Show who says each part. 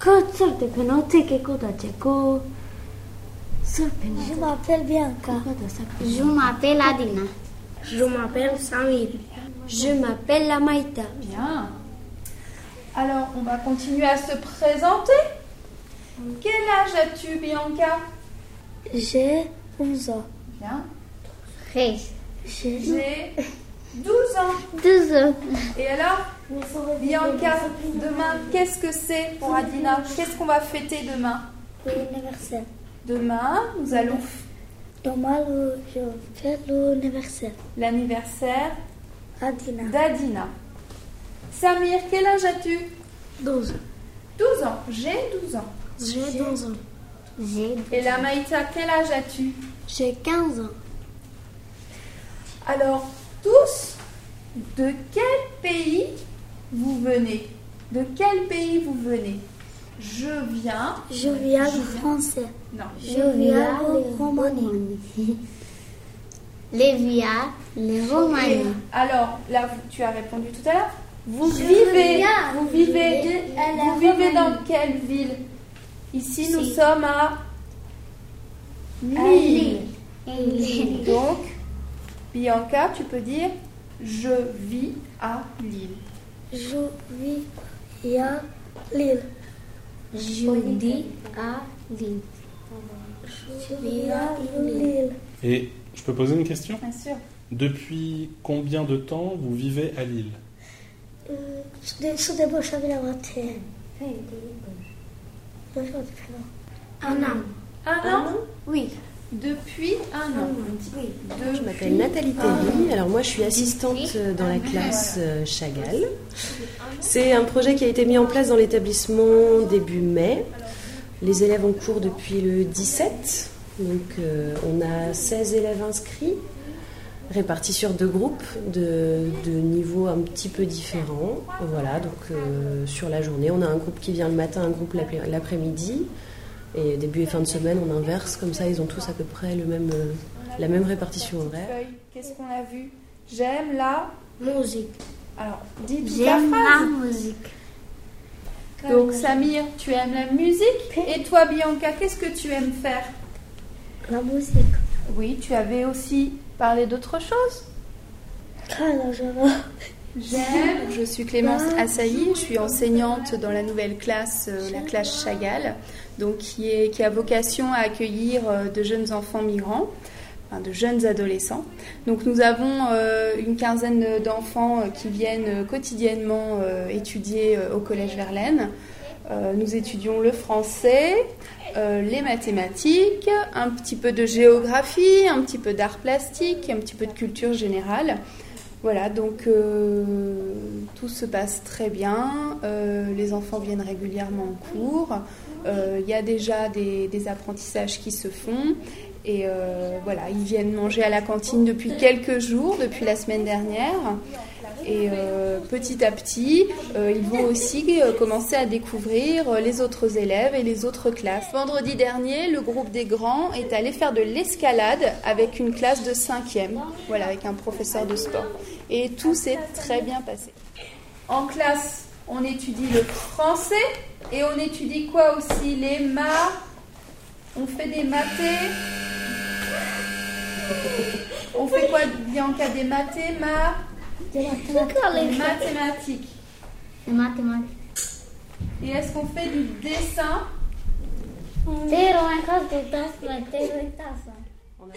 Speaker 1: Écoute, s'il te plaît, non, tu écoutes à Tchéco. S'il te plaît,
Speaker 2: Je m'appelle Bianca.
Speaker 1: pas de sac.
Speaker 3: Je m'appelle Adina.
Speaker 2: Je m'appelle Samir. Je m'appelle Lamaïta.
Speaker 4: Bien. Alors, on va continuer à se présenter. Quel âge as-tu, Bianca
Speaker 2: J'ai 11 ans.
Speaker 4: Bien.
Speaker 3: Reis.
Speaker 2: J'ai
Speaker 4: J'ai 12 ans.
Speaker 3: Deux ans.
Speaker 4: Et alors, Bianca, demain, qu'est-ce que c'est pour Adina Qu'est-ce qu'on va fêter demain
Speaker 2: l'anniversaire.
Speaker 4: Demain, nous allons f-
Speaker 2: Demain, le- je fais l'anniversaire.
Speaker 4: l'anniversaire
Speaker 2: Adina.
Speaker 4: d'Adina. Samir, quel âge as-tu
Speaker 2: 12 ans.
Speaker 4: 12 ans. J'ai 12 ans.
Speaker 2: J'ai 12 ans.
Speaker 3: J'ai
Speaker 4: Et la Maïta, quel âge as-tu
Speaker 2: J'ai 15 ans.
Speaker 4: Alors, tous, de quel pays vous venez De quel pays vous venez Je viens.
Speaker 2: Je viens du français.
Speaker 4: Non.
Speaker 2: Je viens de Roumanie.
Speaker 3: Les Via, les
Speaker 4: Et
Speaker 3: Romaniens.
Speaker 4: alors, là, vous- tu as répondu tout à l'heure. Vous vivez, vous vivez, vous vivez dans quelle ville Ici, nous sommes à Lille.
Speaker 3: Et
Speaker 4: Donc, Bianca, tu peux dire je vis à Lille.
Speaker 2: Je vis à Lille.
Speaker 3: Jeudi à Lille.
Speaker 2: Je vis à Lille.
Speaker 5: Et je peux poser une question
Speaker 4: Bien sûr.
Speaker 5: Depuis combien de temps vous vivez à Lille
Speaker 2: Euh, Je suis débauchée avec la vingtaine. Je suis débauchée.
Speaker 1: Un an.
Speaker 4: Un an
Speaker 1: Oui.
Speaker 4: Depuis un an. Depuis-
Speaker 6: Je m'appelle Nathalie Terry. Alors moi, je suis assistante euh, dans la classe euh, Chagall. C'est un projet qui a été mis en place dans l'établissement début mai. Les élèves en cours depuis le 17. Donc euh, on a 16 élèves inscrits, répartis sur deux groupes de, de niveaux un petit peu différents. Voilà, donc euh, sur la journée, on a un groupe qui vient le matin, un groupe l'après- l'après-midi. Et début et fin de semaine, on inverse, comme ça ils ont tous à peu près le même, euh, la même répartition horaire.
Speaker 4: Feuille, Qu'est-ce qu'on a vu J'aime la.
Speaker 1: Musique.
Speaker 4: Alors, dis toute la
Speaker 3: J'aime la
Speaker 4: phrase.
Speaker 3: musique.
Speaker 4: Donc, Samir, tu aimes la musique. Et toi, Bianca, qu'est-ce que tu aimes faire
Speaker 2: La musique.
Speaker 4: Oui, tu avais aussi parlé d'autre chose.
Speaker 2: Ah non, je vois.
Speaker 7: J'aime, je suis Clémence Assailly, je suis enseignante dans la nouvelle classe, euh, la classe Chagall, donc qui, est, qui a vocation à accueillir euh, de jeunes enfants migrants, enfin, de jeunes adolescents. Donc nous avons euh, une quinzaine d'enfants euh, qui viennent quotidiennement euh, étudier euh, au Collège Verlaine. Euh, nous étudions le français, euh, les mathématiques, un petit peu de géographie, un petit peu d'art plastique, un petit peu de culture générale. Voilà, donc euh, tout se passe très bien. Euh, les enfants viennent régulièrement en cours. Euh, Il y a déjà des, des apprentissages qui se font. Et euh, voilà, ils viennent manger à la cantine depuis quelques jours, depuis la semaine dernière. Et euh, petit à petit, euh, ils vont aussi euh, commencer à découvrir euh, les autres élèves et les autres classes. Vendredi dernier, le groupe des grands est allé faire de l'escalade avec une classe de 5e, voilà, avec un professeur de sport. Et tout s'est très bien passé.
Speaker 4: En classe, on étudie le français. Et on étudie quoi aussi Les maths. On fait des mathés. On fait quoi, Bianca Des mathés, maths, des mathématiques.
Speaker 2: É
Speaker 3: Les mathématiques.
Speaker 4: Et est-ce qu'on fait du dessin
Speaker 3: Zéro, un quart de tasse, la terre est tasse.